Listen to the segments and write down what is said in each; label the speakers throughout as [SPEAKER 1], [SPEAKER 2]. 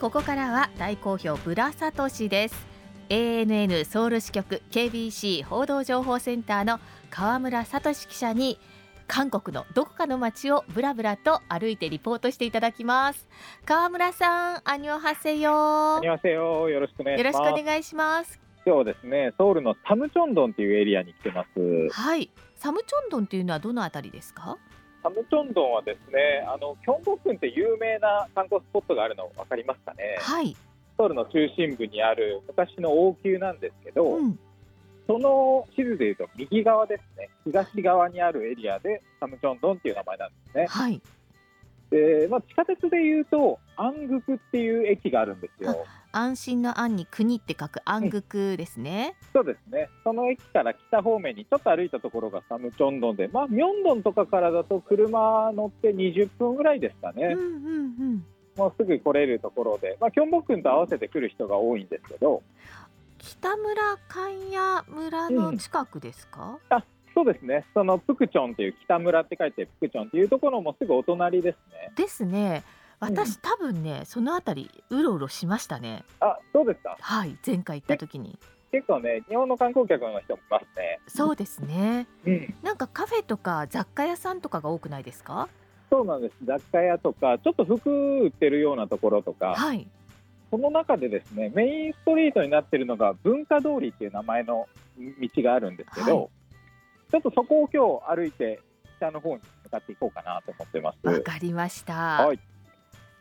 [SPEAKER 1] ここからは大好評ブラサトシです ANN ソウル支局 KBC 報道情報センターの河村聡記者に韓国のどこかの街をブラブラと歩いてリポートしていただきます河村さんアニョハセヨ
[SPEAKER 2] こんにちはよろしくお願い
[SPEAKER 1] よろ
[SPEAKER 2] しま
[SPEAKER 1] しく
[SPEAKER 2] す。
[SPEAKER 1] お願いします
[SPEAKER 2] 今日はですね、ソウルのサムチョンドンっていうエリアに来てます。
[SPEAKER 1] はいサムチョンドンというのはどのあたりですか
[SPEAKER 2] サムチョンドンはですね、あのキョンボクンって有名な観光スポットがあるの分かりますかね。
[SPEAKER 1] はい、
[SPEAKER 2] ソウルの中心部にある昔の王宮なんですけど、
[SPEAKER 1] うん、
[SPEAKER 2] その地図でいうと右側ですね、東側にあるエリアでサムチョンドンっていう名前なんですね。
[SPEAKER 1] はい
[SPEAKER 2] で、まあ地下鉄でいうとアングクっていう駅があるんですよ。
[SPEAKER 1] 安心の安に国って書く安国ですね、
[SPEAKER 2] そうですね。その駅から北方面にちょっと歩いたところがサムチョンドンで、まあミョンドンとかからだと車乗って20分ぐらいですか
[SPEAKER 1] うん
[SPEAKER 2] ね。
[SPEAKER 1] うんうん
[SPEAKER 2] もうすぐ来れるところで、まあキョンボクンと合わせて来る人が多いんですけど、
[SPEAKER 1] 北村関屋村の近くですか、
[SPEAKER 2] そうですね。そのプクチョンっていう北村って書いてプクチョンっていうところもすぐお隣ですね。
[SPEAKER 1] ですね私、
[SPEAKER 2] うん
[SPEAKER 1] 多分ねそのあたりうろうろしましたね
[SPEAKER 2] あ、そうですか。
[SPEAKER 1] はい前回行った時に
[SPEAKER 2] 結構ね、日本の観光客の人もいますね。
[SPEAKER 1] そうですね
[SPEAKER 2] うん、
[SPEAKER 1] なんかカフェとか雑貨屋さんとかが多くないですか
[SPEAKER 2] そうなんです。雑貨屋とか、ちょっと服売ってるようなところとか、
[SPEAKER 1] はい
[SPEAKER 2] その中でですねメインストリートになってるのが文化通りっていう名前の道があるんですけど、
[SPEAKER 1] は
[SPEAKER 2] ちょっとそこを今日歩いて北の方に向かっていこうかなと思ってます。
[SPEAKER 1] わかりました、
[SPEAKER 2] はい、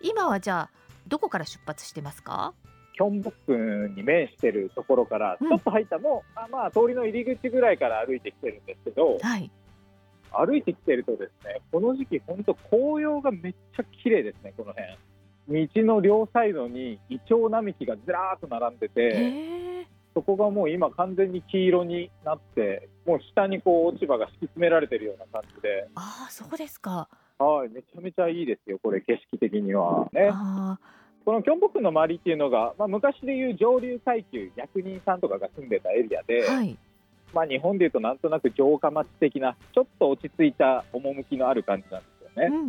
[SPEAKER 1] 今はじゃあどこから出発してますか
[SPEAKER 2] キョンボックンに面してるところから
[SPEAKER 1] う
[SPEAKER 2] ち
[SPEAKER 1] ん
[SPEAKER 2] ょっと入ったもう、あまあ通りの入り口ぐらいから歩いてきてるんですけど
[SPEAKER 1] はい
[SPEAKER 2] 歩いてきてるとですねこの時期本当紅葉がめっちゃ綺麗ですねこの辺道の両サイドにイチョウ並木がずらーっと並んでて。
[SPEAKER 1] へえ
[SPEAKER 2] そこがもう今完全に黄色になって、もう下にこう落ち葉が敷き詰められてるような感じで、
[SPEAKER 1] ああそうですか
[SPEAKER 2] はい、めちゃめちゃいいですよ、これ景色的には。ね、
[SPEAKER 1] あー
[SPEAKER 2] このキョンボクの周りっていうのが、まあ、昔でいう上流階級役人さんとかが住んでたエリアで、
[SPEAKER 1] はい
[SPEAKER 2] まあ日本でいうとなんとなく城下町的な、ちょっと落ち着いた趣のある感じなんですよ
[SPEAKER 1] うん
[SPEAKER 2] ね。
[SPEAKER 1] うんう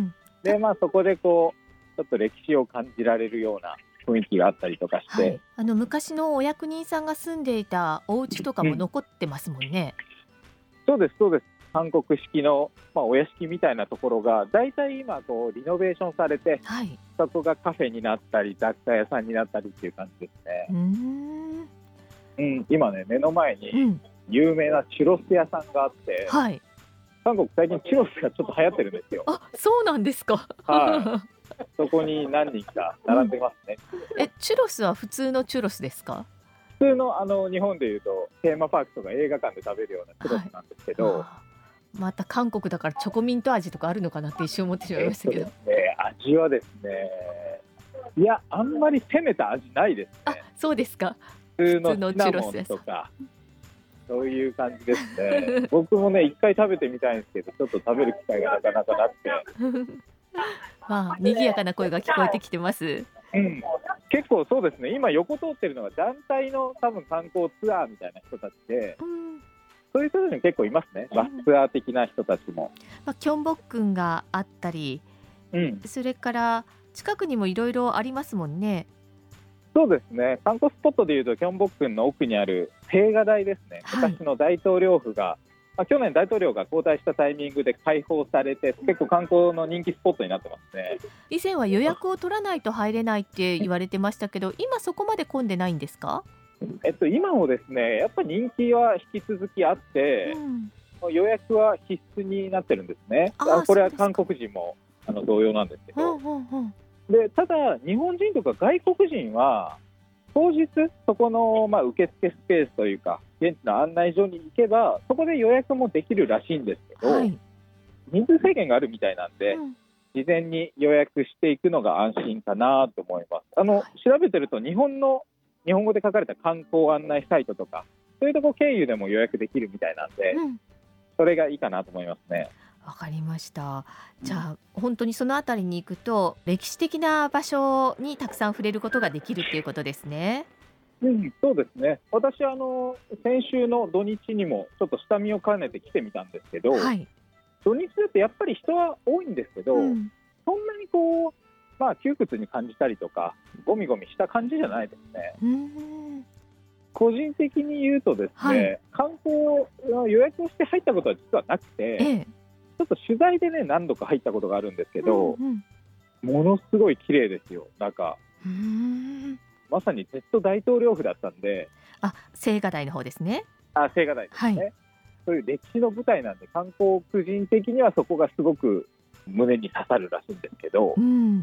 [SPEAKER 1] ん
[SPEAKER 2] で、まあそこでこうちょっと歴史を感じられるような雰囲気があったりとかして、
[SPEAKER 1] はいあの昔のお役人さんが住んでいたお家とかも残ってますもんね、
[SPEAKER 2] そうです、そうです。韓国式の、まあ、お屋敷みたいなところが、大体今こう、リノベーションされて、
[SPEAKER 1] はい
[SPEAKER 2] そこがカフェになったり、雑貨屋さんになったりっていう感じです
[SPEAKER 1] うーん
[SPEAKER 2] ね。うん、今ね、目の前
[SPEAKER 1] う
[SPEAKER 2] に
[SPEAKER 1] ん
[SPEAKER 2] 有名なチュロス屋さんがあって、
[SPEAKER 1] はい
[SPEAKER 2] 韓国、最近チュロスがちょっと流行ってるんですよ。
[SPEAKER 1] あそうなんですか
[SPEAKER 2] はそこに何人か並んでますね。
[SPEAKER 1] えチュロスは普通のチュロスですか
[SPEAKER 2] 普通のあの日本でいうと、テーマパークとか映画館で食べるようなチュロスなんですけど、
[SPEAKER 1] あーまた韓国だからチョコミント味とかあるのかなって一瞬思ってしまいましたけど、
[SPEAKER 2] えっとですね、味はですね、いや、あんまり攻めた味ないですね。
[SPEAKER 1] あそうですか
[SPEAKER 2] 普通のシナモンとかそういう感じですね 僕もね一回食べてみたいんですけどちょっと食べる機会がなかなかなくて、
[SPEAKER 1] まあ賑やかな声が聞こえてきてます
[SPEAKER 2] うん、結構そうですね今横通ってるのが団体の多分観光ツアーみたいな人たちで
[SPEAKER 1] うん
[SPEAKER 2] そういう人たちも結構いますねバスツアー的な人たちも、
[SPEAKER 1] まあキョンボックンがあったり
[SPEAKER 2] うん、
[SPEAKER 1] それから近くにもいろいろありますもんね
[SPEAKER 2] そうですね観光スポットでいうとキョンボックンの奥にある青瓦台ですね
[SPEAKER 1] はい
[SPEAKER 2] 昔の大統領府が、まあ去年大統領が交代したタイミングで開放されて結構観光の人気スポットになってますね
[SPEAKER 1] 以前は予約を取らないと入れないって言われてましたけど今そこまで混んでないんですか、
[SPEAKER 2] えっと、今もですね、やっぱり人気は引き続きあって、
[SPEAKER 1] うん
[SPEAKER 2] 予約は必須になってるんですね、
[SPEAKER 1] あー
[SPEAKER 2] あこれは
[SPEAKER 1] そうですか
[SPEAKER 2] 韓国人もあの同様なんですけ
[SPEAKER 1] うん
[SPEAKER 2] ど、
[SPEAKER 1] うんうん
[SPEAKER 2] でただ、日本人とか外国人は、当日、そこの、まあ、受付スペースというか、現地の案内所に行けば、そこで予約もできるらしいんですけど、
[SPEAKER 1] はい、
[SPEAKER 2] 人数制限があるみたいなんで、
[SPEAKER 1] うん
[SPEAKER 2] 事前に予約していくのが安心かなと思います。あの
[SPEAKER 1] は
[SPEAKER 2] 調べてると日本の日本語で書かれた観光案内サイトとかそういうとこ経由でも予約できるみたいなんで、
[SPEAKER 1] うん
[SPEAKER 2] それがいいかなと思いますね。
[SPEAKER 1] わかりました。じゃあ本当にそのあたりに行くと歴史的な場所にたくさん触れることができるっていうことですね。
[SPEAKER 2] うん、そうですね。私あの先週の土日にもちょっと下見を兼ねて来てみたんですけど、
[SPEAKER 1] はい。
[SPEAKER 2] 土日だとやっぱり人は多いんですけど、
[SPEAKER 1] うん
[SPEAKER 2] そんなにこうまあ、窮屈に感じたりとか、ゴミゴミした感じじゃないですね。
[SPEAKER 1] うーん
[SPEAKER 2] 個人的に言うとですね、
[SPEAKER 1] はい
[SPEAKER 2] 観光の予約をして入ったことは実はなくて、ち
[SPEAKER 1] ええ
[SPEAKER 2] ょっと取材でね、何度か入ったことがあるんですけど、
[SPEAKER 1] うんうん
[SPEAKER 2] ものすごい綺麗ですよ、中。
[SPEAKER 1] うーん
[SPEAKER 2] まさにずっと大統領府だったんで、
[SPEAKER 1] あ青瓦台の方ですね
[SPEAKER 2] あ、青瓦台ですね、
[SPEAKER 1] は
[SPEAKER 2] そういう歴史の舞台なんで、観光個人的にはそこがすごく胸に刺さるらしいんですけど
[SPEAKER 1] う、ん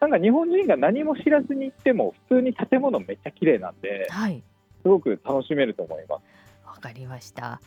[SPEAKER 2] なんか日本人が何も知らずに行っても、普通に建物めっちゃ綺麗なんで、
[SPEAKER 1] はい
[SPEAKER 2] すごく楽しめると思います。
[SPEAKER 1] わかりました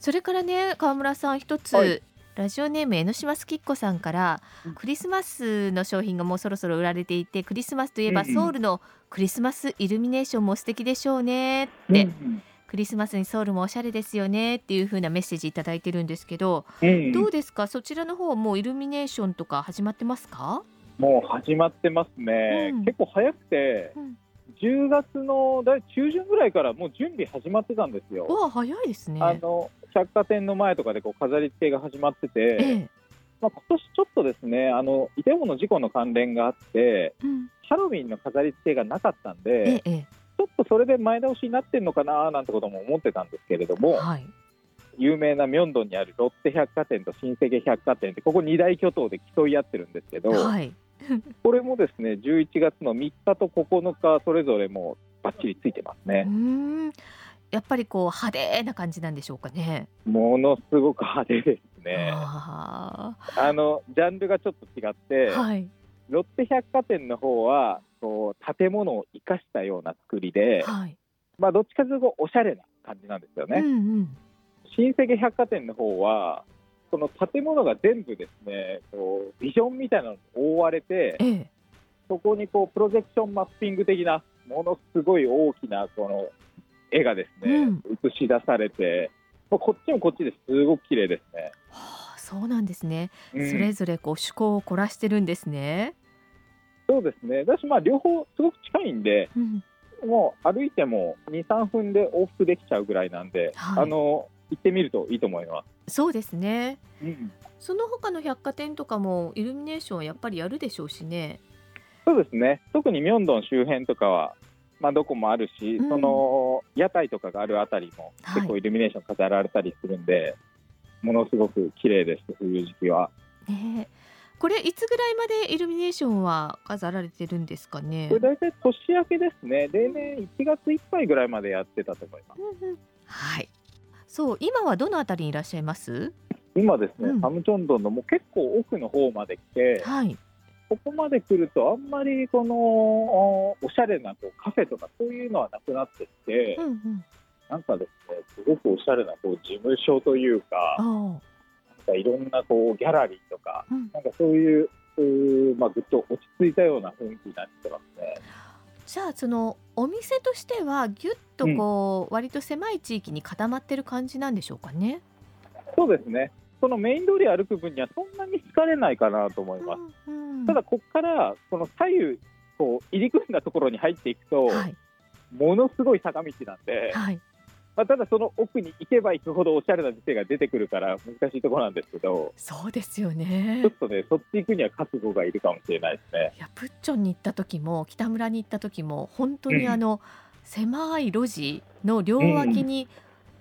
[SPEAKER 1] それからね川村さん一つ、
[SPEAKER 2] はい
[SPEAKER 1] ラジオネーム江ノ島すきっこさんから
[SPEAKER 2] うん
[SPEAKER 1] クリスマスの商品がもうそろそろ売られていてクリスマスといえば
[SPEAKER 2] うんうん
[SPEAKER 1] ソウルのクリスマスイルミネーションも素敵でしょうねって、
[SPEAKER 2] うん
[SPEAKER 1] クリスマスにソウルもおしゃれですよねっていう風なメッセージいただいてるんですけど、
[SPEAKER 2] うん
[SPEAKER 1] どうですかそちらの方もうイルミネーションとか始まってますか、
[SPEAKER 2] もう始まってますね、
[SPEAKER 1] うん
[SPEAKER 2] 結構早くて、
[SPEAKER 1] うん、
[SPEAKER 2] 10月のだい中旬ぐらいからもう準備始まってたんですよ。
[SPEAKER 1] わあ早いですね
[SPEAKER 2] あの百貨店の前とかでこう飾り付けが始まってて、
[SPEAKER 1] ええ
[SPEAKER 2] まあ、今年ちょっとですねあのイテウォンの事故の関連があって
[SPEAKER 1] うん
[SPEAKER 2] ハロウィンの飾り付けがなかったん
[SPEAKER 1] ええ
[SPEAKER 2] で、
[SPEAKER 1] え
[SPEAKER 2] ちょっとそれで前倒しになってんのかななんてことも思ってたんですけれど
[SPEAKER 1] え
[SPEAKER 2] も、
[SPEAKER 1] はい
[SPEAKER 2] 有名なミョンドンにあるロッテ百貨店と新世紀百貨店ってここ2大巨頭で競い合ってるんですけど、
[SPEAKER 1] はい
[SPEAKER 2] これもですね11月の3日と9日それぞれもうバッチリついてます
[SPEAKER 1] うー
[SPEAKER 2] ね、
[SPEAKER 1] んやっぱりこう派手な感じなんでしょうかね。
[SPEAKER 2] ものすごく派手ですね
[SPEAKER 1] あ
[SPEAKER 2] あのジャンルがちょっと違って、
[SPEAKER 1] ーはい
[SPEAKER 2] ロッテ百貨店の方はこう建物を生かしたような作りで、
[SPEAKER 1] はい。
[SPEAKER 2] まあ、どっちかというとおしゃれな感じなんですよ
[SPEAKER 1] う
[SPEAKER 2] ね、
[SPEAKER 1] んうん。
[SPEAKER 2] 新世紀百貨店の方はその建物が全部ですねこうビジョンみたいなのに覆われて
[SPEAKER 1] ええ。
[SPEAKER 2] そこにこうプロジェクションマッピング的なものすごい大きなこの絵がですね、
[SPEAKER 1] うん
[SPEAKER 2] 映し出されて、まあこっちもこっちですごく綺麗ですね。
[SPEAKER 1] はあそうなんですね。
[SPEAKER 2] うん
[SPEAKER 1] それぞれこう趣向を凝らしてるんですね。
[SPEAKER 2] そうですねだしまあ両方すごく近いんで
[SPEAKER 1] うん。
[SPEAKER 2] もう歩いても23分で往復できちゃうぐらいなんで、
[SPEAKER 1] はい
[SPEAKER 2] あの行ってみるといいと思いま
[SPEAKER 1] そうですね。
[SPEAKER 2] す。うん
[SPEAKER 1] その他の百貨店とかもイルミネーションはやっぱりやるでしょうしね。
[SPEAKER 2] そうですね特にミョンドン周辺とかは、まあ、どこもあるし、
[SPEAKER 1] うん
[SPEAKER 2] その屋台とかがあるあたりも結
[SPEAKER 1] は
[SPEAKER 2] 構イルミネーション飾られたりするんで、ものすごく綺麗です冬時期は。
[SPEAKER 1] ねえ。これいつぐらいまでイルミネーションは飾られてるんですかね
[SPEAKER 2] こ。れ大体年明けですね例年1月いっぱいぐらいまでやってたと思います
[SPEAKER 1] うんうんはい。そう今はどのあたりにいらっしゃいます？
[SPEAKER 2] 今ですね、
[SPEAKER 1] うん
[SPEAKER 2] サムチョンドンのもう結構奥の方まで来て
[SPEAKER 1] はい。
[SPEAKER 2] ここまで来るとあんまりこのおおしゃれなこうカフェとかそういうのはなくなってきて、
[SPEAKER 1] うんうん。
[SPEAKER 2] なんかですねすごくおしゃれなこう事務所というか
[SPEAKER 1] ああ。
[SPEAKER 2] なんかいろんなこうギャラリーとか
[SPEAKER 1] うん。
[SPEAKER 2] なんかそういううーまあぐっと落ち着いたような雰囲気になってますね。
[SPEAKER 1] じゃあそのお店としてはぎゅっとこう、割と狭い地域に固まってる感じなんでしょうかね。
[SPEAKER 2] そうですねそのメイン通り歩く分にはそんなに疲れないかなと思います。
[SPEAKER 1] うんうん
[SPEAKER 2] ただここからこの左右こう入り組んだところに入っていくと、
[SPEAKER 1] はい
[SPEAKER 2] ものすごい坂道なんで、
[SPEAKER 1] はい。
[SPEAKER 2] まあ、ただその奥に行けば行くほどおしゃれな店が出てくるから難しいところなんですけど
[SPEAKER 1] そうですよ
[SPEAKER 2] ちょ
[SPEAKER 1] ね
[SPEAKER 2] っ。とねそっち行くには覚悟がいるかもしれないですね。
[SPEAKER 1] いやプッチョンに行った時も北村に行った時も本当にあの、狭い路地の両脇に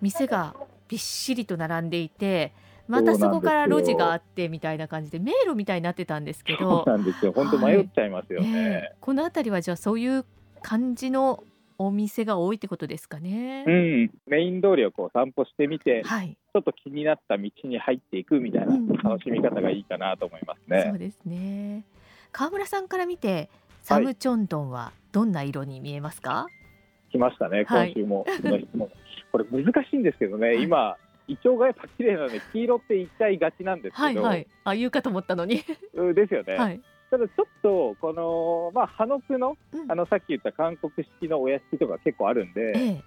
[SPEAKER 1] 店がびっしりと並んでいて。またそこから路地があってみたいな感じで迷路みたいになってたんですけど
[SPEAKER 2] そう、なんですよ本当迷っちゃいますよ
[SPEAKER 1] え
[SPEAKER 2] ね。
[SPEAKER 1] えこの辺りはじゃあそういう感じのお店が多いってことですかね。
[SPEAKER 2] うん、メイン通りをこう散歩してみて、ち
[SPEAKER 1] はい、
[SPEAKER 2] ょっと気になった道に入っていくみたいな
[SPEAKER 1] うん
[SPEAKER 2] 楽しみ方がいいかなと思います
[SPEAKER 1] そ
[SPEAKER 2] ね
[SPEAKER 1] う。ですね。川村さんから見て、サムチョンドンはどんな色に見えますか？
[SPEAKER 2] 来ましたね、
[SPEAKER 1] はい
[SPEAKER 2] 今週も、この質問これ難しいんですけどね、
[SPEAKER 1] い
[SPEAKER 2] 今、イチョウがやっぱ綺麗なので、黄色って言っちゃいがちなんです
[SPEAKER 1] は
[SPEAKER 2] け
[SPEAKER 1] い
[SPEAKER 2] ど、
[SPEAKER 1] はい。あ、言うかと思ったのに。
[SPEAKER 2] うんですよね、
[SPEAKER 1] はい。
[SPEAKER 2] ただちょっと、この、まあ、ハノクの、
[SPEAKER 1] うん
[SPEAKER 2] あのさっき言った韓国式のお屋敷とか結構あるんで、
[SPEAKER 1] ええ、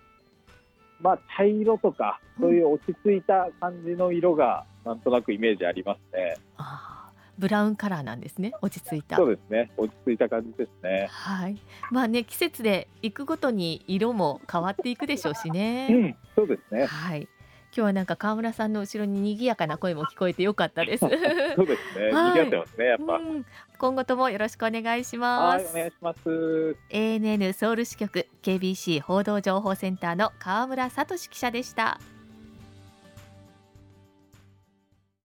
[SPEAKER 2] まあ、茶色とか、そういう落ち着いた感じの色が、なんとなくイメージありますね。
[SPEAKER 1] あー、ブラウンカラーなんですね。落ち着いた
[SPEAKER 2] そ。うですね、落ち着いた感じですね。
[SPEAKER 1] はい。まあね、季節で行くごとに色も変わっていくでしょうしね。
[SPEAKER 2] うん、そうですね。
[SPEAKER 1] はい。日はなんか川村さんの後ろに賑やかな声も聞こえてよかったです。
[SPEAKER 2] そうですね。
[SPEAKER 1] はい
[SPEAKER 2] 賑わってますね、やっぱ。
[SPEAKER 1] うん今後ともよろしくお願いしま
[SPEAKER 2] はい、
[SPEAKER 1] す
[SPEAKER 2] お。願いします。
[SPEAKER 1] ANN ソウル支局 KBC 報道情報センターの川村聡記者でした。